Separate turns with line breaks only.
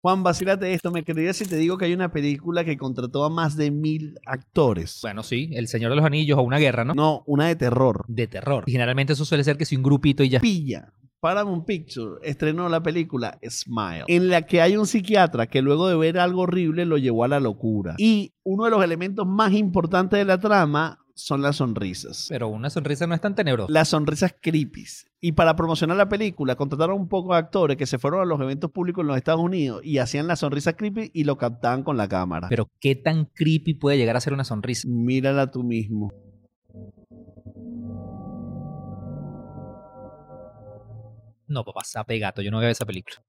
Juan, vacílate esto. ¿Me creerías si te digo que hay una película que contrató a más de mil actores?
Bueno, sí, El Señor de los Anillos o una guerra, ¿no?
No, una de terror.
De terror. Y Generalmente eso suele ser que si un grupito y ya.
Pilla. Paramount Picture estrenó la película Smile, en la que hay un psiquiatra que luego de ver algo horrible lo llevó a la locura. Y uno de los elementos más importantes de la trama son las sonrisas.
Pero una sonrisa no es tan tenebrosa.
Las sonrisas creepy. Y para promocionar la película, contrataron un poco de actores que se fueron a los eventos públicos en los Estados Unidos y hacían la sonrisa creepy y lo captaban con la cámara.
Pero qué tan creepy puede llegar a ser una sonrisa.
Mírala tú mismo.
No, papá, sape gato. Yo no veo esa película.